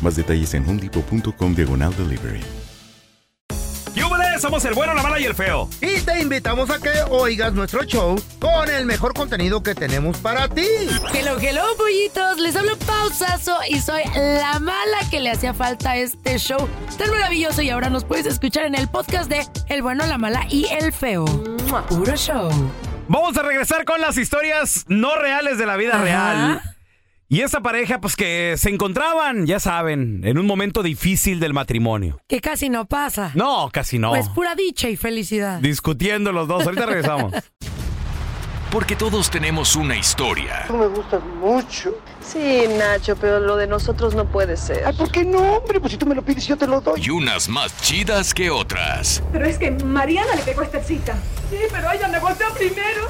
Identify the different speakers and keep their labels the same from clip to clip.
Speaker 1: Más detalles en homedepot.com diagonal delivery.
Speaker 2: ¡Yúbele! Somos el bueno, la mala y el feo.
Speaker 3: Y te invitamos a que oigas nuestro show con el mejor contenido que tenemos para ti.
Speaker 4: Hello, hello, pollitos. Les hablo pausazo y soy la mala que le hacía falta a este show tan maravilloso. Y ahora nos puedes escuchar en el podcast de El bueno, la mala y el feo. Puro show.
Speaker 2: Vamos a regresar con las historias no reales de la vida real. Y esta pareja, pues que se encontraban, ya saben, en un momento difícil del matrimonio.
Speaker 4: Que casi no pasa.
Speaker 2: No, casi no.
Speaker 4: Pues pura dicha y felicidad.
Speaker 2: Discutiendo los dos. Ahorita regresamos.
Speaker 5: Porque todos tenemos una historia.
Speaker 6: Tú me gustas mucho.
Speaker 7: Sí, Nacho, pero lo de nosotros no puede ser.
Speaker 6: Ay, ¿por qué no, hombre? Pues si tú me lo pides, yo te lo doy.
Speaker 5: Y unas más chidas que otras.
Speaker 8: Pero es que Mariana le pegó esta cita. Sí, pero ella me golpeó primero.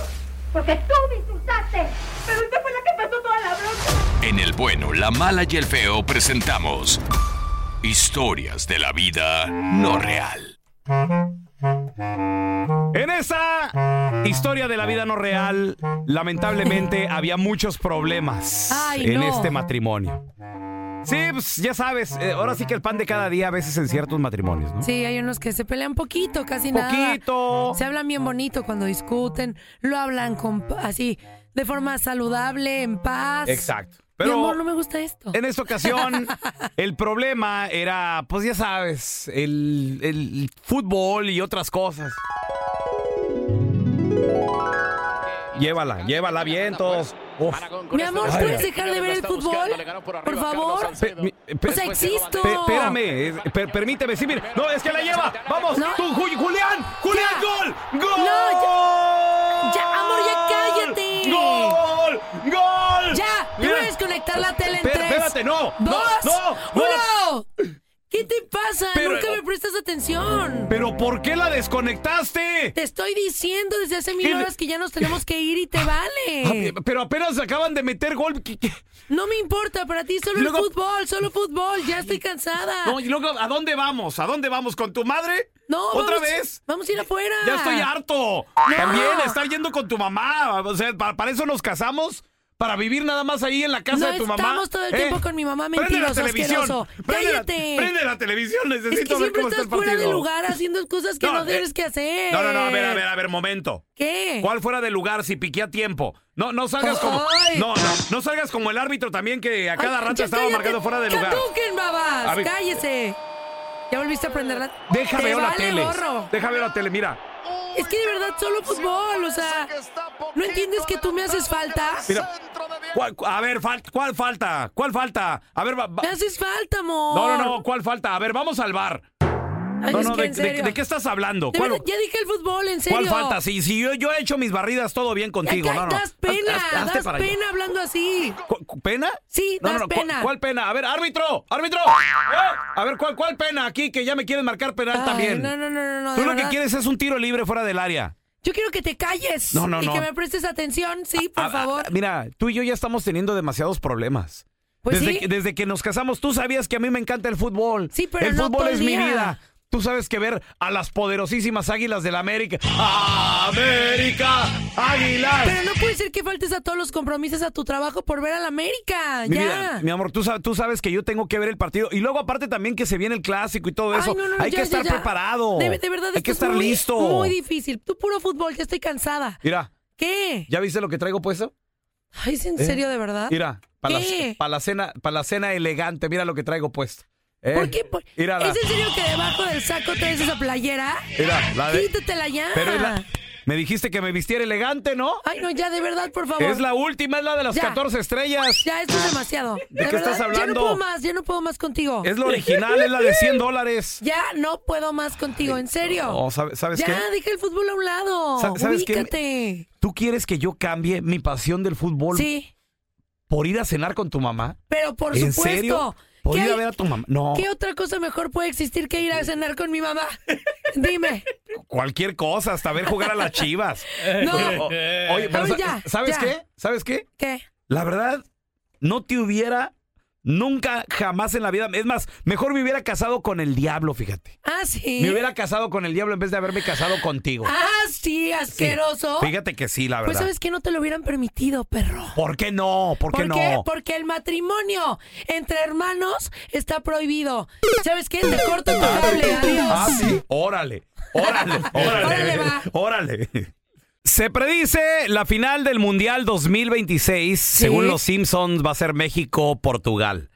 Speaker 8: Porque tú me insultaste. Pero usted fue la que pasó toda la bronca.
Speaker 5: En el bueno, la mala y el feo presentamos historias de la vida no real.
Speaker 2: En esa historia de la vida no real, lamentablemente había muchos problemas
Speaker 4: Ay,
Speaker 2: en
Speaker 4: no.
Speaker 2: este matrimonio. Sí, pues ya sabes, eh, ahora sí que el pan de cada día a veces en ciertos matrimonios, ¿no?
Speaker 4: Sí, hay unos que se pelean poquito, casi nada.
Speaker 2: Poquito.
Speaker 4: Se hablan bien bonito cuando discuten, lo hablan con, así de forma saludable, en paz.
Speaker 2: Exacto.
Speaker 4: Mi
Speaker 2: Pero
Speaker 4: amor, no me gusta esto.
Speaker 2: en esta ocasión el problema era, pues ya sabes, el, el fútbol y otras cosas. Llévala, llévala bien todos. Uf.
Speaker 4: Mi amor,
Speaker 2: Ay,
Speaker 4: ¿puedes
Speaker 2: ay.
Speaker 4: dejar de ver el fútbol? Por favor.
Speaker 2: Pe- mi- pe-
Speaker 4: O sea, existo.
Speaker 2: Pe- Espérame, eh, per- permíteme, sí, mira. No, es que la lleva. Vamos,
Speaker 4: No.
Speaker 2: tú, Ju- Julián, Julián, gol, gol.
Speaker 4: No, ya- ya, amor, ya cállate.
Speaker 2: Gol, gol.
Speaker 4: Ya, te
Speaker 2: Mira.
Speaker 4: voy a desconectar la tele en
Speaker 2: Espera-
Speaker 4: tres.
Speaker 2: espérate, no, no,
Speaker 4: dos,
Speaker 2: no, no.
Speaker 4: uno. ¿Qué te pasa?
Speaker 2: Pero-
Speaker 4: Nunca me prestas atención.
Speaker 2: Pero ¿por qué la desconectaste?
Speaker 4: Te estoy diciendo desde hace mil
Speaker 2: ¿Qué-
Speaker 4: horas que ya nos tenemos que ir y te vale.
Speaker 2: Ah, Pero apenas acaban de meter gol. ¿Qué- qué?
Speaker 4: No me importa, para ti solo
Speaker 2: Luego-
Speaker 4: el fútbol, solo fútbol, ya estoy cansada.
Speaker 2: No, y luego, ¿a dónde vamos? ¿A dónde vamos? ¿Con tu madre?
Speaker 4: No,
Speaker 2: ¿Otra
Speaker 4: vamos- Ah.
Speaker 2: vez?
Speaker 4: Vamos a ir afuera.
Speaker 2: Ya estoy harto. También estar yendo con tu mamá. O sea, pa- para, eso nos casamos. Para vivir nada más ahí en la casa
Speaker 4: No
Speaker 2: de tu mamá. Eh,
Speaker 4: estamos todo el tiempo con mi mamá,
Speaker 2: Prende la
Speaker 4: mentiroso,
Speaker 2: televisión.
Speaker 4: asqueroso.
Speaker 2: Prende la,
Speaker 4: Cállate.
Speaker 2: prende la televisión. Necesito
Speaker 4: Es que
Speaker 2: ver
Speaker 4: siempre
Speaker 2: cómo está
Speaker 4: estás
Speaker 2: el
Speaker 4: fuera
Speaker 2: partido.
Speaker 4: de lugar haciendo cosas que no,
Speaker 2: eh,
Speaker 4: debes que hacer.
Speaker 2: No, no, no. A ver, a ver, a ver, momento.
Speaker 4: ¿Qué?
Speaker 2: ¿Cuál fuera de lugar si piqué a tiempo? No, no salgas como.
Speaker 4: ¡Ay!
Speaker 2: No, no, no salgas como el árbitro también que a cada
Speaker 4: Ay,
Speaker 2: rato
Speaker 4: ya
Speaker 2: estaba
Speaker 4: cállate,
Speaker 2: marcando fuera de lugar.
Speaker 4: ¡Caduquen,
Speaker 2: A
Speaker 4: babas!
Speaker 2: ver.
Speaker 4: ¡Cállese! Ya volviste a prender la.
Speaker 2: Déjame
Speaker 4: Te
Speaker 2: ver la
Speaker 4: vale
Speaker 2: tele.
Speaker 4: gorro.
Speaker 2: Déjame ver la tele, mira.
Speaker 4: Es que de verdad solo fútbol, o sea. ¿No entiendes que tú me haces falta?
Speaker 2: Mira. ¿Cuál- cu- a ver, fal- ¿cuál falta? ¿Cuál falta? A ver, va- va-
Speaker 4: Me haces falta, amor.
Speaker 2: no, no, no, ¿cuál falta? A ver, vamos al bar.
Speaker 4: Ay,
Speaker 2: No,
Speaker 4: es
Speaker 2: no,
Speaker 4: que
Speaker 2: de,
Speaker 4: en
Speaker 2: de-
Speaker 4: serio.
Speaker 2: de qué estás hablando?
Speaker 4: De
Speaker 2: ¿Cuál,
Speaker 4: verdad, ya dije el fútbol, en serio.
Speaker 2: cuál falta? Si, si yo, yo he hecho mis barridas, todo bien contigo.
Speaker 4: Acá
Speaker 2: no, no.
Speaker 4: Das pena,
Speaker 2: Haz- haz- hazte
Speaker 4: das
Speaker 2: para allá.
Speaker 4: pena hablando así.
Speaker 2: ¿Cu- cu- ¿Pena?
Speaker 4: Sí,
Speaker 2: No, no,
Speaker 4: das
Speaker 2: no, ¿cu-
Speaker 4: pena.
Speaker 2: ¿Cuál pena? A ver, árbitro, árbitro. ¿Eh? A ver, ¿cuál, cuál pena aquí que ya me quieren marcar penal
Speaker 4: Ay,
Speaker 2: también?
Speaker 4: no, no, no, no, no,
Speaker 2: Tú
Speaker 4: de
Speaker 2: lo que
Speaker 4: verdad.
Speaker 2: quieres es un tiro libre fuera del área.
Speaker 4: Yo quiero que te calles.
Speaker 2: No, no,
Speaker 4: y
Speaker 2: no.
Speaker 4: que me prestes atención, sí, por
Speaker 2: A- a-
Speaker 4: favor.
Speaker 2: mira, tú y yo ya estamos teniendo demasiados problemas.
Speaker 4: Pues
Speaker 2: desde,
Speaker 4: sí.
Speaker 2: que, desde que nos casamos, tú sabías que a mí me encanta el fútbol.
Speaker 4: Sí, pero
Speaker 2: El
Speaker 4: no
Speaker 2: fútbol es mi
Speaker 4: podía.
Speaker 2: vida. Tú sabes que ver a las poderosísimas águilas del América. ¡América! ¡Águilas!
Speaker 4: Pero no puede ser que faltes a todos los compromisos a tu trabajo por ver a la América.
Speaker 2: Mi,
Speaker 4: ya.
Speaker 2: vida, mi amor, tú, sa- tú sabes que yo tengo que ver el partido. Y luego, aparte, también que se viene el clásico y todo
Speaker 4: Ay,
Speaker 2: eso.
Speaker 4: no, no, no,
Speaker 2: Hay
Speaker 4: ya,
Speaker 2: que
Speaker 4: ya,
Speaker 2: estar
Speaker 4: ya.
Speaker 2: preparado.
Speaker 4: De, de verdad,
Speaker 2: Hay
Speaker 4: esto
Speaker 2: que
Speaker 4: es
Speaker 2: estar
Speaker 4: muy-
Speaker 2: listo.
Speaker 4: Muy difícil. Tú puro fútbol, ya estoy cansada.
Speaker 2: Mira,
Speaker 4: ¿Qué?
Speaker 2: ¿ya viste lo que traigo puesto?
Speaker 4: Ay, ¿es en serio de verdad?
Speaker 2: Eh, Mira, para la,
Speaker 4: Ah, ¿Qué?
Speaker 2: pa' la cena, para la cena elegante, mira lo que traigo puesto. Eh,
Speaker 4: ¿Por qué? Por-
Speaker 2: Mira, la-
Speaker 4: ¿Es en serio que debajo del saco traes esa playera?
Speaker 2: mira, la de-
Speaker 4: Quítatela ya.
Speaker 2: Pero es la- me dijiste que me vistiera elegante, ¿no?
Speaker 4: Ay, no, ya, de verdad, por favor.
Speaker 2: Es la última, es la de las
Speaker 4: Ya.
Speaker 2: 14 estrellas.
Speaker 4: Ya, esto es demasiado.
Speaker 2: ¿De qué estás
Speaker 4: Ya no
Speaker 2: hablando?
Speaker 4: puedo más, ya no puedo más contigo.
Speaker 2: Es la original, es la de 100 dólares.
Speaker 4: Ya no puedo más contigo, en serio.
Speaker 2: Oh, ¿sabe- ¿Sabes
Speaker 4: ya,
Speaker 2: qué?
Speaker 4: deja el fútbol a un lado.
Speaker 2: Sa- ¿sabes qué?
Speaker 4: Ubícate.
Speaker 2: ¿Tú quieres que yo cambie mi pasión del fútbol
Speaker 4: Sí,
Speaker 2: por ir a cenar con tu mamá?
Speaker 4: pero por
Speaker 2: ¿En
Speaker 4: supuesto.
Speaker 2: serio? ¿Por
Speaker 4: ¿Qué
Speaker 2: ir a
Speaker 4: hay-
Speaker 2: ver a tu mamá? No,
Speaker 4: ¿Qué otra cosa mejor puede existir que ir a cenar con mi mamá? Dime.
Speaker 2: cualquier cosa, hasta ver jugar a las chivas.
Speaker 4: No.
Speaker 2: O- Oye, pero
Speaker 4: A ver,
Speaker 2: sa-
Speaker 4: ya,
Speaker 2: ¿sabes
Speaker 4: ya.
Speaker 2: qué? ¿Sabes qué?
Speaker 4: ¿Qué?
Speaker 2: La verdad, no te hubiera nunca, jamás en la vida. Es más, mejor me hubiera casado con el diablo, fíjate.
Speaker 4: Ah, sí.
Speaker 2: Me hubiera casado con el diablo en vez de haberme casado contigo.
Speaker 4: Ah, sí,
Speaker 2: Sí.
Speaker 4: asqueroso.
Speaker 2: Fíjate que sí, la verdad.
Speaker 4: Pues sabes que no te lo hubieran permitido, perro.
Speaker 2: ¿Por qué no? ¿Por qué
Speaker 4: ¿Por
Speaker 2: no?
Speaker 4: qué? Porque el matrimonio entre hermanos está prohibido. ¿Sabes qué? Te corto tu cable. Adiós.
Speaker 2: Ah, sí. Órale. Órale. Órale.
Speaker 4: Órale, va.
Speaker 2: Órale. Se predice la final del Mundial 2026. Según los Simpsons, va a ser México-Portugal.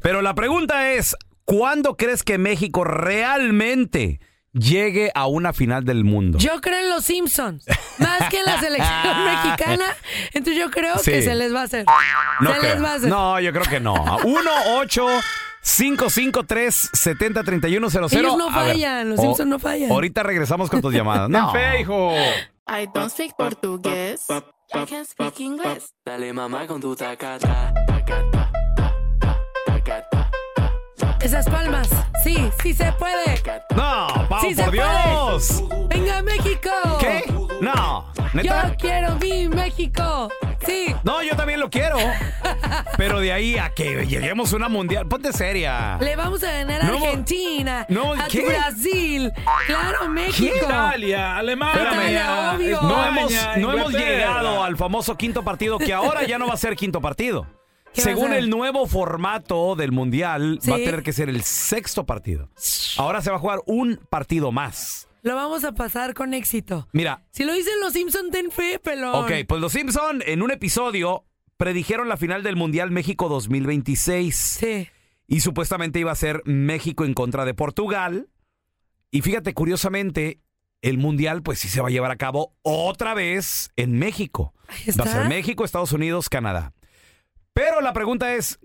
Speaker 2: Pero la pregunta es: ¿cuándo crees que México realmente llegue a una final del mundo?
Speaker 4: Yo creo en los Simpsons. Más que en la selección mexicana. Entonces yo creo
Speaker 2: Sí.
Speaker 4: que se les va a hacer.
Speaker 2: no,
Speaker 4: se
Speaker 2: creo.
Speaker 4: les va a hacer.
Speaker 2: no, yo creo que no. 1 8 553 703100
Speaker 4: Ellos no fallan, los Simpsons no fallan.
Speaker 2: Ahorita regresamos con tus llamadas. No, fe, hijo.
Speaker 9: I don't speak Portuguese. I can speak English.
Speaker 4: Esas palmas. Sí, sí se puede.
Speaker 2: No, Pau,
Speaker 4: Sí se
Speaker 2: Oh, por
Speaker 4: puede.
Speaker 2: Dios.
Speaker 4: Venga, México.
Speaker 2: ¿Qué? No,
Speaker 4: Yo
Speaker 2: neta.
Speaker 4: quiero mi México. Sí.
Speaker 2: No, yo también lo quiero. Pero de ahí a que lleguemos a una mundial. Ponte seria.
Speaker 4: Le vamos a ganar a
Speaker 2: No,
Speaker 4: Argentina,
Speaker 2: no,
Speaker 4: a
Speaker 2: ¿qué?
Speaker 4: Brasil, claro, México.
Speaker 10: Italia, Alemania,
Speaker 4: Italia, obvio.
Speaker 2: No
Speaker 4: España,
Speaker 2: hemos, no hemos
Speaker 10: Inglaterra.
Speaker 2: llegado al famoso quinto partido, que ahora ya no va a ser quinto partido.
Speaker 4: ¿Qué va a
Speaker 2: Según
Speaker 4: ser?
Speaker 2: el nuevo formato del mundial, va a
Speaker 4: Sí.
Speaker 2: tener que ser el sexto partido. Ahora se va a jugar un partido más.
Speaker 4: Lo vamos a pasar con éxito.
Speaker 2: Mira,
Speaker 4: Si lo dicen los Simpson, ten fe, pelón.
Speaker 2: Ok, pues los Simpson en un episodio predijeron la final del Mundial México 2026
Speaker 4: Sí.
Speaker 2: y supuestamente iba a ser México en contra de Portugal. Y fíjate, curiosamente, el Mundial pues sí se va a llevar a cabo otra vez en México.
Speaker 4: Ahí
Speaker 2: Va a ser
Speaker 4: está.
Speaker 2: México, Estados Unidos, Canadá. Pero la pregunta es,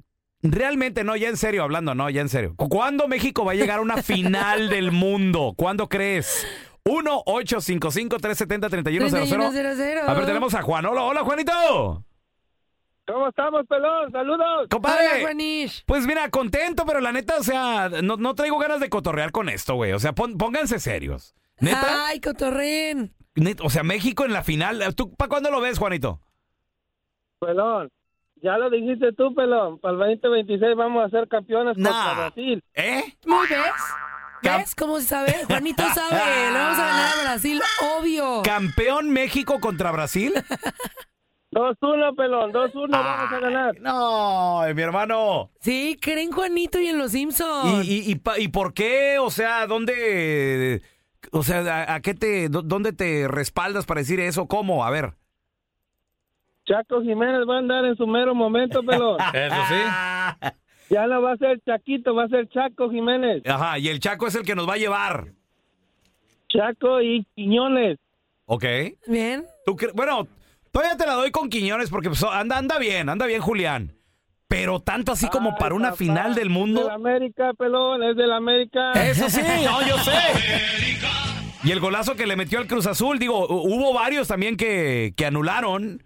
Speaker 2: realmente no, ya en serio hablando, no, ya en serio. ¿cu- ¿Cuándo México va a llegar a una final del mundo? ¿Cuándo crees? 1 855 370 3100
Speaker 4: 3100.
Speaker 2: a ver, tenemos a Juan. Hola, hola, Juanito.
Speaker 10: ¿Cómo estamos, pelón? Saludos.
Speaker 2: Compadre.
Speaker 4: Hola, Juanish.
Speaker 2: Pues mira, contento, pero la neta, o sea, no, no traigo ganas de cotorrear con esto, güey. O sea, pon- pónganse serios. Neta,
Speaker 4: Ay, Cotorren.
Speaker 2: net- o sea, México en la final. ¿Tú para cuándo lo ves, Juanito?
Speaker 10: Pelón, ya lo dijiste tú, pelón. Para el 2026 vamos a ser campeones
Speaker 2: Nah.
Speaker 10: contra Brasil.
Speaker 2: ¿Eh?
Speaker 4: ¿Muy ves?
Speaker 2: Cam-
Speaker 4: ¿Ves cómo se sabe? Juanito sabe. Le vamos a ganar a Brasil,
Speaker 10: Oh.
Speaker 4: obvio.
Speaker 2: ¿Campeón México contra Brasil?
Speaker 10: 2-1, pelón. 2-1 vamos a ganar.
Speaker 2: No, mi hermano.
Speaker 4: Sí, creen Juanito y en los
Speaker 2: ¿Y,
Speaker 10: Oh.
Speaker 4: Simpson.
Speaker 2: y, y pa- y por qué? O sea, ¿dónde? O sea, ¿a, a qué te, dó- dónde te respaldas para decir eso? ¿Cómo? A ver.
Speaker 10: Chaco Jiménez va a andar en su mero momento, pelón.
Speaker 2: Eso
Speaker 10: Ah.
Speaker 2: sí.
Speaker 10: ya no va a ser Chaquito, va a ser Chaco Jiménez.
Speaker 2: Ajá, y el Chaco es el que nos va a llevar.
Speaker 10: Chaco y Quiñones.
Speaker 2: Ok.
Speaker 4: Bien.
Speaker 2: ¿Tú cre- bueno, todavía te la doy con Quiñones porque pues, anda, anda bien, anda bien Julián. Pero tanto así como
Speaker 10: Ay,
Speaker 2: para una
Speaker 10: papá,
Speaker 2: final del
Speaker 10: Es de
Speaker 2: mundo.
Speaker 10: la América, pelón, es de la América.
Speaker 2: Eso sí, no, yo sé. Y el golazo que le metió al Cruz Azul, digo, hu- hubo varios también que, que anularon,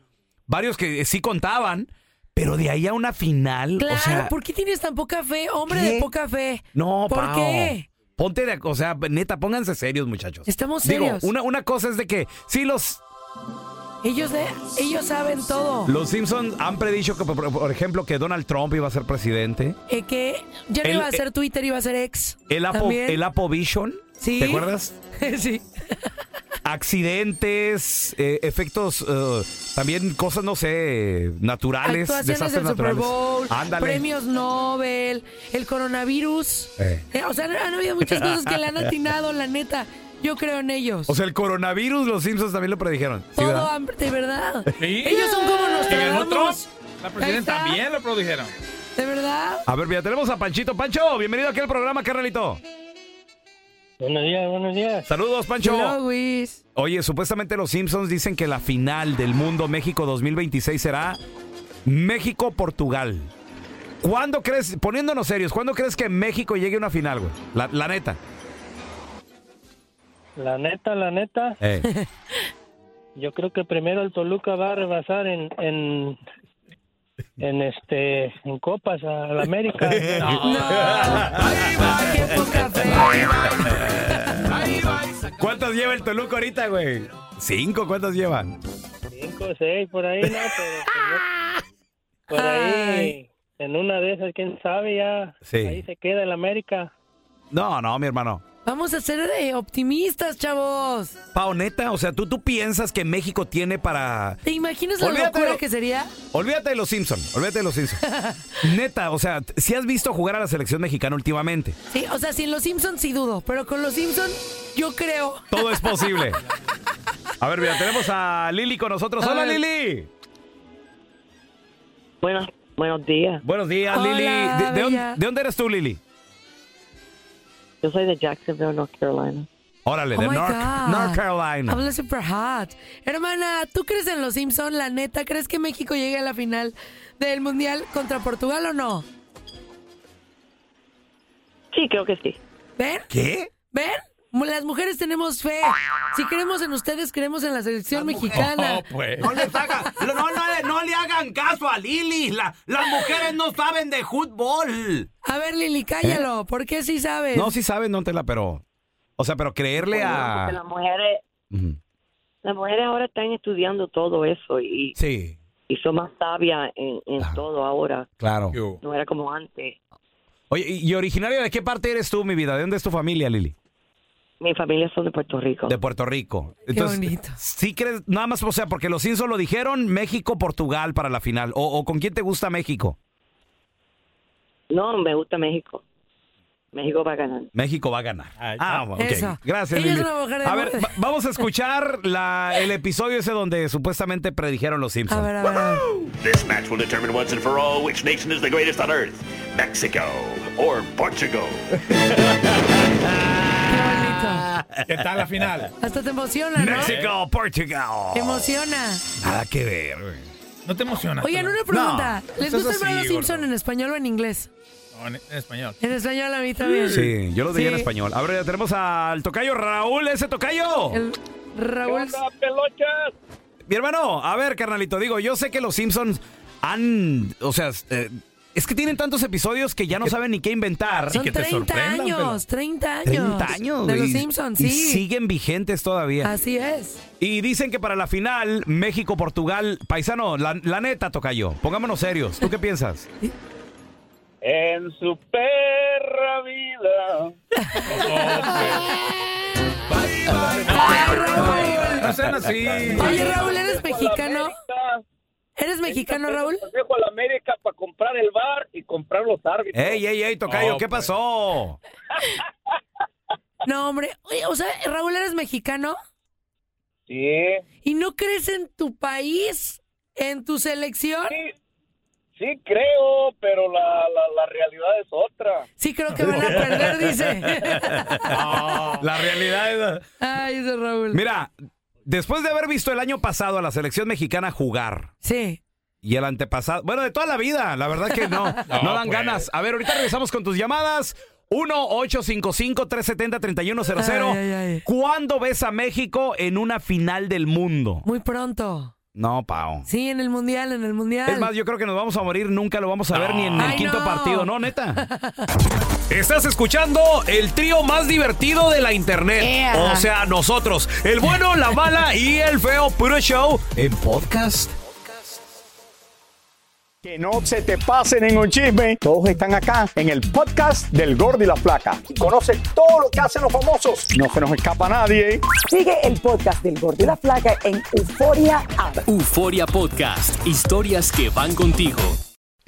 Speaker 2: varios que sí contaban, pero de ahí a una final,
Speaker 4: Claro,
Speaker 2: o sea,
Speaker 4: ¿por qué tienes tan poca fe? Hombre
Speaker 2: ¿Qué?
Speaker 4: de poca fe.
Speaker 2: no,
Speaker 4: ¿Por
Speaker 2: Pao.
Speaker 4: qué?
Speaker 2: Ponte de, ac- o sea, neta, pónganse serios, muchachos.
Speaker 4: Estamos
Speaker 2: Digo,
Speaker 4: serios.
Speaker 2: una, una cosa es de que sí los
Speaker 4: Ellos, de- ellos saben todo.
Speaker 2: Los Simpsons han predicho, que, por, por ejemplo, que Donald Trump iba a ser presidente.
Speaker 4: Eh, que ya no
Speaker 2: El- eh,
Speaker 4: iba a ser Twitter, iba a ser ex.
Speaker 2: El Apo,
Speaker 4: También.
Speaker 2: el Apo Vision.
Speaker 4: Sí.
Speaker 2: ¿Te acuerdas?
Speaker 4: sí.
Speaker 2: Accidentes, eh, efectos, eh, también cosas, no sé, naturales.
Speaker 4: Actuaciones
Speaker 2: desastres
Speaker 4: del Super
Speaker 2: naturales.
Speaker 4: Bowl,
Speaker 2: Ándale.
Speaker 4: premios Nobel, el coronavirus.
Speaker 2: Eh.
Speaker 4: Eh, o sea, han, han habido muchas cosas que le han atinado, la neta. Yo creo en ellos.
Speaker 2: O sea, el coronavirus, los Simpsons también lo predijeron. Sí,
Speaker 4: Todo
Speaker 2: ¿verdad?
Speaker 4: hambre, de verdad.
Speaker 2: Sí.
Speaker 4: Ellos son como
Speaker 11: Y el otro,
Speaker 4: Nostradamus.
Speaker 11: la
Speaker 4: Ahí
Speaker 11: presidenta
Speaker 4: está.
Speaker 11: también lo produjeron.
Speaker 4: De verdad.
Speaker 2: A ver, mira, tenemos a Panchito. Pancho, bienvenido aquí al programa, carnalito.
Speaker 12: Buenos días, buenos días.
Speaker 2: Saludos, Pancho.
Speaker 4: Hello, Luis.
Speaker 2: Oye, supuestamente los Simpsons dicen que la final del Mundo México 2026 será México-Portugal. ¿Cuándo crees, poniéndonos serios, cuándo crees que México llegue a una final, güey? La, la neta.
Speaker 12: La neta, la neta, yo creo que primero el Toluca va a rebasar en en, en este en copas a la América.
Speaker 2: ¿Cuántas lleva el Toluca ahorita, güey? Cinco, ¿cuántas llevan?
Speaker 12: Cinco, seis, por ahí, no, pero pues, yo- por ahí en una de esas, quién sabe ya
Speaker 2: Sí.
Speaker 12: ahí se queda el América.
Speaker 2: No, no, mi hermano.
Speaker 4: Vamos a ser eh, optimistas, chavos.
Speaker 2: Pao, neta, o sea, ¿tú, tú piensas que México tiene para...
Speaker 4: ¿Te imaginas la
Speaker 2: Olvídate
Speaker 4: locura
Speaker 2: lo-
Speaker 4: que sería?
Speaker 2: Olvídate de los Simpsons, olvídate de los Simpsons. Neta, o sea, si has visto jugar a la selección mexicana últimamente,
Speaker 4: Sí, o sea, sin los Simpsons sí dudo, pero con los Simpsons yo creo.
Speaker 2: todo es posible. A ver, mira, tenemos a Lili con nosotros.
Speaker 4: A
Speaker 2: ¡Hola,
Speaker 4: ver.
Speaker 2: Lili!
Speaker 13: Bueno, buenos días.
Speaker 2: Buenos días,
Speaker 13: Hola,
Speaker 2: Lili. ¿De, de dónde,
Speaker 13: bella.
Speaker 2: de dónde eres tú, Lili?
Speaker 13: Yo soy de Jacksonville, North Carolina.
Speaker 2: Órale,
Speaker 4: Oh
Speaker 2: de
Speaker 4: my
Speaker 2: North,
Speaker 4: God.
Speaker 2: North Carolina.
Speaker 4: Habla super hot. Hermana, ¿tú crees en los Simpsons, la neta? ¿Crees que México llegue a la final del Mundial contra Portugal o no?
Speaker 13: Sí, creo que sí.
Speaker 4: ¿Ven?
Speaker 2: ¿Qué?
Speaker 4: ¿Ven? Mu- Las mujeres tenemos fe. Si creemos en ustedes, creemos en la selección mexicana.
Speaker 2: Oh, pues. No les hagan, no, no, le- no le hagan caso a Lili. La- las mujeres no saben de fútbol.
Speaker 4: A ver, Lili, cállalo. ¿Por qué sí sabes?
Speaker 2: ¿Eh? No, sí saben, no te la, pero. O sea, pero creerle
Speaker 13: Porque
Speaker 2: a.
Speaker 13: Las mujeres,
Speaker 2: Ujú.
Speaker 13: las mujeres ahora están estudiando todo eso y,
Speaker 2: Sí,
Speaker 13: y son más sabias en, en todo ahora.
Speaker 2: claro.
Speaker 13: No era como antes.
Speaker 2: Oye, ¿y y originaria de qué parte eres tú, mi vida? ¿De dónde es tu familia, Lili?
Speaker 13: Mi familia son de Puerto Rico.
Speaker 2: De Puerto Rico. Entonces,
Speaker 4: bonito.
Speaker 2: Sí crees, nada más, o sea, porque los Simpsons lo dijeron, México-Portugal para la final. O, o con quién te gusta México?
Speaker 13: No, me gusta México. México va a ganar.
Speaker 2: México va a ganar. Ah, ok.
Speaker 13: Eso.
Speaker 2: Gracias,
Speaker 13: Ella es
Speaker 2: Lili.
Speaker 13: una mujer de
Speaker 2: A ver,
Speaker 13: mujer.
Speaker 2: va- vamos a escuchar la- el episodio ese donde supuestamente predijeron los Simpsons.
Speaker 14: This match will determine once and for all which nation is the greatest on earth Mexico or Portugal.
Speaker 11: ¿Qué tal la final?
Speaker 4: Hasta te emociona, ¿no?
Speaker 2: México, Portugal.
Speaker 4: Te emociona.
Speaker 2: Nada que ver, güey.
Speaker 11: No te emociona.
Speaker 4: Oigan, una pregunta.
Speaker 11: pues
Speaker 4: ¿Les gusta el Mario Simpson en español o en inglés?
Speaker 11: en, en español.
Speaker 4: En español a mí también.
Speaker 2: Sí, yo lo dije
Speaker 4: Mm. Sí.
Speaker 2: en español. A ver, ya tenemos al tocayo Raúl, ese tocayo.
Speaker 4: El Raúl.
Speaker 2: Mi hermano, a ver, carnalito, digo, yo sé que los Simpsons han, o sea, eh, es que tienen tantos episodios que ya no saben ni qué inventar.
Speaker 4: Son 30 años, 30 años.
Speaker 2: 30 años.
Speaker 4: De los
Speaker 2: güey, y-
Speaker 4: Simpsons,
Speaker 2: y
Speaker 4: sí. Ah.
Speaker 2: siguen vigentes todavía.
Speaker 4: Así es.
Speaker 2: Y dicen que para la final, México-Portugal, paisano, la, la neta, tocayo, pongámonos serios. ¿Tú qué piensas?
Speaker 15: En su perra vida.
Speaker 11: No sean así.
Speaker 4: Oye, Raúl, ¿eres mexicano? ¿Eres mexicano, Raúl?
Speaker 15: Dejo a la América para comprar el bar y comprar los árbitros.
Speaker 2: ¡Ey, ey, ey, tocayo,
Speaker 11: Oh,
Speaker 2: qué
Speaker 11: pues.
Speaker 2: pasó!
Speaker 4: No, hombre. Oye, o sea, Raúl, ¿eres mexicano?
Speaker 15: Sí.
Speaker 4: ¿Y no crees en tu país? ¿En tu selección?
Speaker 15: Sí creo, pero la, la, la realidad es otra.
Speaker 4: Sí, creo que van a perder, dice.
Speaker 2: La realidad es...
Speaker 4: Ay, ese Raúl.
Speaker 2: Mira, después de haber visto el año pasado a la selección mexicana jugar
Speaker 4: Sí.
Speaker 2: y el antepasado, bueno, de toda la vida, la verdad que no, no,
Speaker 11: No,
Speaker 2: dan
Speaker 11: pues.
Speaker 2: ganas. A ver, ahorita regresamos con tus llamadas. 1-855-370-3100.
Speaker 4: Ay, ay, ay.
Speaker 2: ¿Cuándo ves a México en una final del mundo?
Speaker 4: Muy pronto.
Speaker 2: No, Pau.
Speaker 4: Sí, en el mundial, en el mundial.
Speaker 2: Es más, yo creo que nos vamos a morir, nunca lo vamos a ver ni en el
Speaker 4: Ay,
Speaker 2: quinto
Speaker 4: no.
Speaker 2: partido, ¿no, neta? Estás escuchando el trío más divertido de la internet.
Speaker 4: Ea.
Speaker 2: O sea, nosotros, el bueno, la mala y el feo puro show en podcast.
Speaker 16: Que no se te pase ningún chisme. Todos están acá en el podcast del Gordi y la Flaca. Y Conoce todo lo que hacen los famosos. No se nos escapa nadie. Sigue el podcast del Gordi y la Flaca en Euforia
Speaker 17: Euforia Podcast. Historias que van contigo.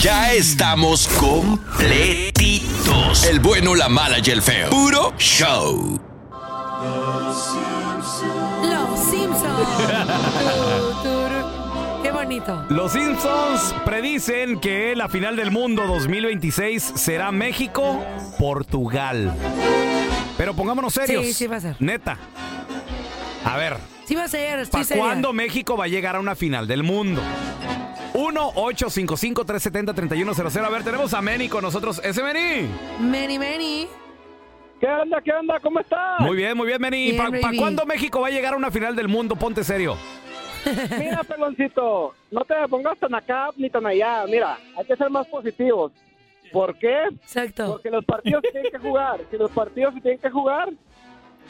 Speaker 18: Ya estamos completitos. El bueno, la mala y el feo. Puro show.
Speaker 4: Los Simpsons. Turu. Qué bonito.
Speaker 2: Los Simpsons predicen que la final del mundo 2026 será México-Portugal. Pero pongámonos serios.
Speaker 4: Sí, sí va a ser.
Speaker 2: Neta. A ver,
Speaker 4: Sí va a ser, estoy
Speaker 2: ¿para
Speaker 4: seria.
Speaker 2: cuándo México va a llegar a una final del mundo? 1-855-370-3100. A ver, tenemos a Meni con nosotros. ¿Ese Meni?
Speaker 4: Many, many.
Speaker 19: ¿Qué onda? ¿Qué onda? ¿Cómo estás?
Speaker 2: Muy bien, muy bien, Meni.
Speaker 19: Bien,
Speaker 2: ¿Para
Speaker 19: baby.
Speaker 2: cuándo México va a llegar a una final del mundo? Ponte serio.
Speaker 19: Mira, peloncito, no te pongas tan acá ni tan allá. Mira, hay que ser más positivos. ¿Por qué?
Speaker 4: Exacto.
Speaker 19: Porque los partidos se tienen que jugar. Si los partidos se tienen que jugar,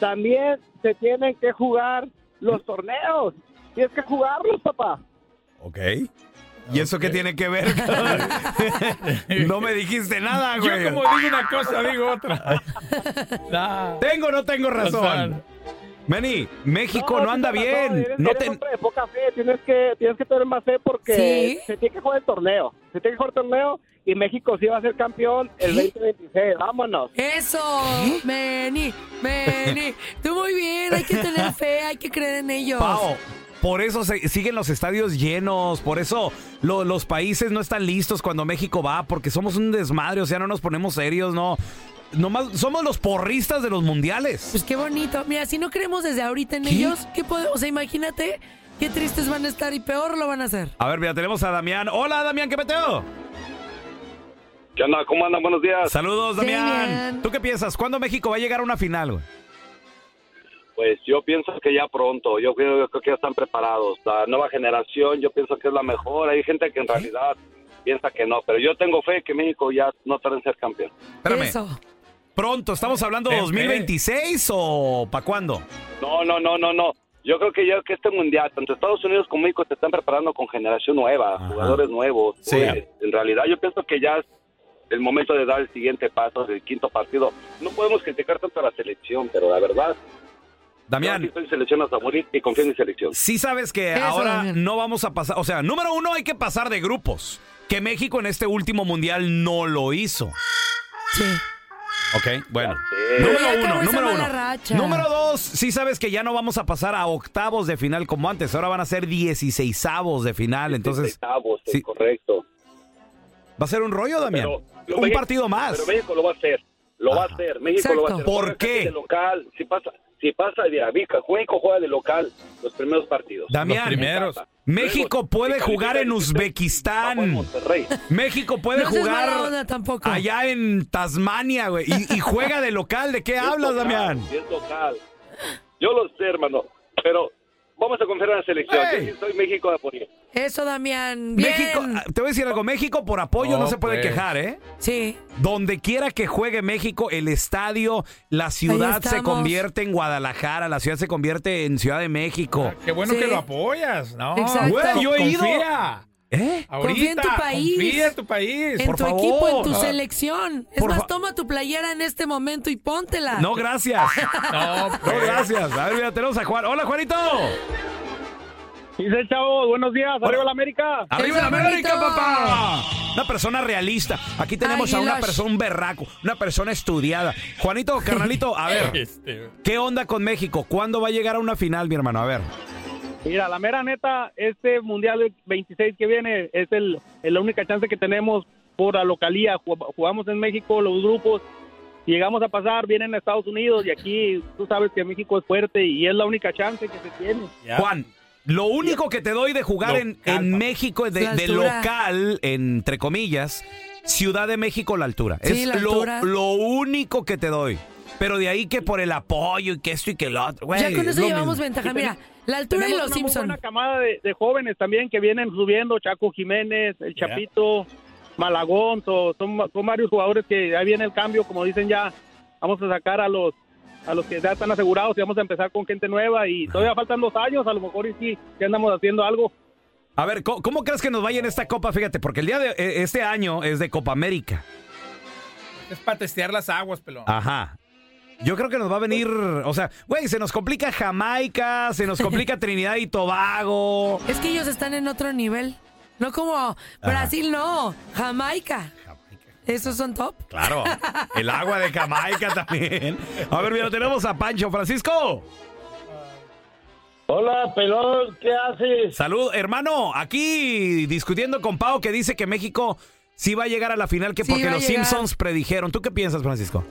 Speaker 19: también se tienen que jugar los torneos. Tienes que jugarlos, papá.
Speaker 2: Ok. ¿Y eso qué tiene que ver? no me dijiste nada, güey.
Speaker 20: Yo como digo una cosa, digo otra. Nah.
Speaker 2: Tengo o no tengo razón. Meni, México no, anda
Speaker 19: tienes razón,
Speaker 2: bien.
Speaker 19: Eres,
Speaker 2: No
Speaker 19: eres
Speaker 2: te-
Speaker 19: hombre de poca fe. Tienes que, tienes que tener más fe porque
Speaker 2: Sí.
Speaker 19: se tiene que jugar el torneo. Se tiene que jugar el torneo y México sí va a ser campeón el 2026. Vámonos.
Speaker 4: Eso, Meni, Meni. Tú muy bien, hay que tener fe, hay que creer en ellos.
Speaker 2: Pao, por eso se- siguen los estadios llenos, por eso lo- los países no están listos cuando México va, porque somos un desmadre, o sea, no nos ponemos serios, no. Nomás somos los porristas de los mundiales.
Speaker 4: Pues qué bonito. Mira, si no creemos desde ahorita en ellos, ¿qué puede- O sea, imagínate qué tristes van a estar y peor lo van a hacer.
Speaker 2: A ver, mira, tenemos a Damián. Hola, Damián, ¿qué peteo?
Speaker 10: ¿Qué onda? ¿Cómo andan? Buenos días.
Speaker 2: Saludos, Damián. ¿Tú qué piensas? ¿Cuándo México va a llegar a una final? güey?
Speaker 10: Pues yo pienso que ya pronto, yo creo, yo creo que ya están preparados. La nueva generación, yo pienso que es la mejor. Hay gente que en realidad piensa que no, pero yo tengo fe que México ya no tarda en ser campeón.
Speaker 2: Espérame. Pronto, ¿estamos hablando
Speaker 10: Eh,
Speaker 2: 2026 o para cuándo?
Speaker 10: No, no, no, no, no. Yo creo que ya que este mundial, tanto Estados Unidos como México se están preparando con generación nueva, jugadores nuevos.
Speaker 2: Sí.
Speaker 10: Pues, en realidad yo pienso que ya es el momento de dar el siguiente paso, el quinto partido. No podemos criticar tanto a la selección, pero la verdad...
Speaker 2: Damián.
Speaker 10: Yo sí soy selección hasta morir y confío en mi selección.
Speaker 2: Sí sabes que
Speaker 10: Eso,
Speaker 2: ahora
Speaker 10: Damián.
Speaker 2: no vamos a pasar, o sea, número uno hay que pasar de grupos, que México en este último mundial no lo hizo.
Speaker 4: Sí.
Speaker 2: Ok, bueno.
Speaker 4: Ya
Speaker 2: Número
Speaker 4: acabó
Speaker 2: uno,
Speaker 4: esa
Speaker 2: número
Speaker 4: mala
Speaker 2: uno.
Speaker 4: racha.
Speaker 2: Número dos, sí sabes que ya no vamos a pasar a octavos de final como antes, ahora van a ser dieciseisavos de final, entonces
Speaker 10: Octavos, es correcto.
Speaker 2: va a ser un rollo, Damián.
Speaker 10: Pero lo
Speaker 2: un
Speaker 10: Mexi-
Speaker 2: partido más.
Speaker 10: Pero México lo va a hacer. Lo va a hacer. México lo va a hacer.
Speaker 2: Exacto. ¿Por
Speaker 10: Juega
Speaker 2: qué?
Speaker 10: De local. Si pasa, si pasa de Avica, México juega de local los primeros partidos.
Speaker 2: Damián, México puede jugar en Uzbekistán. México puede
Speaker 4: No seas mala
Speaker 2: jugar
Speaker 4: onda tampoco.
Speaker 2: allá en Tasmania, güey. Y, y juega de local. ¿De qué
Speaker 4: pues,
Speaker 10: Es
Speaker 2: hablas,
Speaker 10: local,
Speaker 2: Damián?
Speaker 10: Es local. Yo lo sé, hermano. Pero
Speaker 21: Vamos a confiar en la selección. Yo sí soy México de poner.
Speaker 4: Eso, Damián. Bien.
Speaker 2: México, ah, te voy a decir algo, México por apoyo no,
Speaker 4: No,
Speaker 2: se puede
Speaker 4: pues.
Speaker 2: quejar, ¿eh?
Speaker 4: Sí.
Speaker 2: Donde quiera que juegue México, el estadio, la ciudad se
Speaker 4: estamos.
Speaker 2: convierte en Guadalajara, la ciudad se convierte en Ciudad de México.
Speaker 11: Ah, Qué bueno
Speaker 2: Sí.
Speaker 11: que lo apoyas. No,
Speaker 2: Exacto. Güey, yo he ido.
Speaker 11: Confía.
Speaker 2: ¿Eh?
Speaker 11: Ahorita,
Speaker 4: confía en tu país.
Speaker 11: Confía en tu país.
Speaker 4: En tu equipo, en tu
Speaker 2: Ah.
Speaker 4: selección. Es más, toma tu playera en este momento y póntela.
Speaker 2: No, gracias. no,
Speaker 11: pues.
Speaker 2: gracias. A ver, mira, tenemos a Juan. Hola, Juanito.
Speaker 10: Dice chavo, buenos días. Arriba la América.
Speaker 2: Arriba la América, papá. Una persona realista. Aquí tenemos a una
Speaker 10: Águilas.
Speaker 2: persona, un berraco, una persona estudiada. Juanito, carnalito, a ver.
Speaker 10: Este.
Speaker 2: ¿Qué onda con México? ¿Cuándo va a llegar a una final, mi hermano? A ver.
Speaker 10: Mira, la mera neta, este Mundial 26 que viene es el, es la única chance que tenemos por la localía. Ju- Jugamos en México los grupos, si llegamos a pasar, vienen a Estados Unidos y aquí tú sabes que México es fuerte y es la única chance que se tiene.
Speaker 2: Juan, lo único que te doy de jugar en, en México, de,
Speaker 10: La
Speaker 2: de
Speaker 10: altura.
Speaker 2: local, entre comillas, Ciudad de México, la altura.
Speaker 10: Sí,
Speaker 2: es
Speaker 10: la
Speaker 2: lo,
Speaker 10: altura.
Speaker 2: lo único que te doy. Pero de ahí que por el apoyo y que esto y que lo otro. güey,
Speaker 4: ya con
Speaker 2: es
Speaker 4: eso
Speaker 2: lo
Speaker 4: llevamos
Speaker 2: mismo.
Speaker 4: ventaja.
Speaker 10: Y
Speaker 4: Mira,
Speaker 10: tenemos-
Speaker 4: la altura de
Speaker 10: tenemos
Speaker 4: los
Speaker 10: una muy
Speaker 4: Simpson.
Speaker 10: buena camada de, de jóvenes también que vienen subiendo, Chaco Jiménez, el
Speaker 11: Ya.
Speaker 10: Chapito, Malagón, so- son, son varios jugadores que ahí viene el cambio, como dicen ya, vamos a sacar a los a los que ya están asegurados y vamos a empezar con gente nueva y todavía faltan dos años, a lo mejor y sí, que andamos haciendo algo.
Speaker 2: A ver, ¿cómo, cómo crees que nos vaya en esta copa? Fíjate, porque el día de eh, este año es de Copa América.
Speaker 11: Es para testear las aguas, pelón.
Speaker 2: Ajá. Yo creo que nos va a venir, o sea, güey, se nos complica Jamaica, se nos complica Trinidad y Tobago.
Speaker 4: Es que ellos están en otro nivel. No como Brasil, no. Jamaica. ¿Esos son top?
Speaker 2: Claro, el agua de Jamaica también. A ver, mira, tenemos a Pancho Francisco.
Speaker 22: Hola, pelón, ¿qué haces?
Speaker 2: Salud, hermano. Aquí discutiendo con Pau que dice que México sí va a llegar a la final, que
Speaker 22: Sí
Speaker 2: porque
Speaker 22: va a
Speaker 2: los
Speaker 22: llegar.
Speaker 2: Simpsons predijeron. ¿Tú qué piensas, Francisco?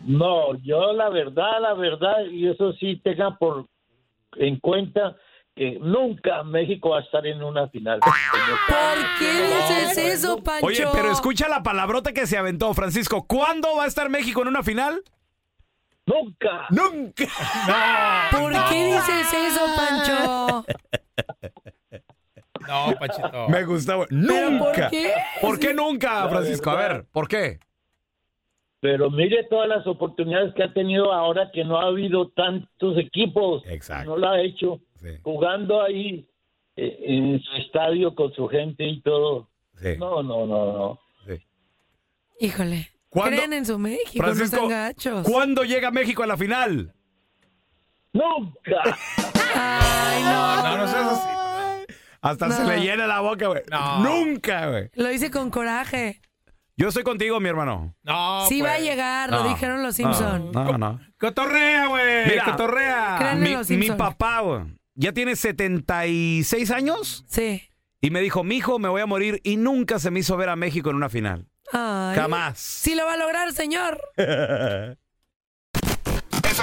Speaker 22: No, yo la verdad, la verdad, y eso sí tenga por en cuenta que nunca México va a estar en una final.
Speaker 4: ¿Por qué dices eso, Pancho?
Speaker 2: Oye, pero escucha la palabrota que se aventó, Francisco. ¿Cuándo va a estar México en una final?
Speaker 22: Nunca.
Speaker 2: Nunca.
Speaker 4: ¿Por qué dices eso, Pancho?
Speaker 11: No, Pachito.
Speaker 2: Me gustaba.
Speaker 11: ¿Pero
Speaker 2: Nunca.
Speaker 11: por qué?
Speaker 2: ¿Por qué nunca,
Speaker 22: La
Speaker 2: Francisco? A
Speaker 22: verdad.
Speaker 2: ver, ¿por qué?
Speaker 22: Pero mire todas las oportunidades que ha tenido ahora que no ha habido tantos equipos. No lo ha hecho. Jugando ahí eh, en su estadio con su gente y todo. No, no, no, no.
Speaker 4: Híjole.
Speaker 2: ¿Cuándo-
Speaker 4: Creen en su México, no
Speaker 2: Francisco,
Speaker 4: están gachos.
Speaker 2: ¿cuándo llega México a la final?
Speaker 22: Nunca.
Speaker 4: Ay, no.
Speaker 11: No, no seas así.
Speaker 2: Hasta se
Speaker 4: No.
Speaker 2: le llena la boca, güey. Nunca, güey.
Speaker 4: Lo hice con coraje.
Speaker 2: Yo estoy contigo, mi hermano. No.
Speaker 4: sí va a llegar, lo dijeron los Simpson.
Speaker 2: No, no. no.
Speaker 11: Cotorrea, güey.
Speaker 2: Mira,
Speaker 11: cotorrea.
Speaker 4: Créanme
Speaker 2: Mi,
Speaker 4: los
Speaker 2: mi
Speaker 4: Simpson.
Speaker 2: papá, güey, ya tiene 76 años.
Speaker 4: Sí.
Speaker 2: Y me dijo, mijo, me voy a morir. Y nunca se me hizo ver a México en una final.
Speaker 4: Ay.
Speaker 2: Jamás.
Speaker 4: Sí lo va a lograr, señor.
Speaker 2: Hasta
Speaker 23: Eso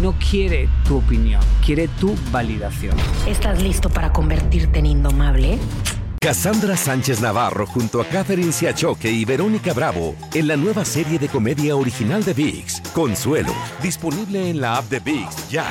Speaker 24: no quiere tu opinión, quiere tu validación.
Speaker 25: ¿Estás listo para convertirte en indomable?
Speaker 26: Cassandra Sánchez Navarro junto a Catherine Siachoque y Verónica Bravo en la nueva serie de comedia original de VIX, Consuelo, disponible en la app de VIX ya.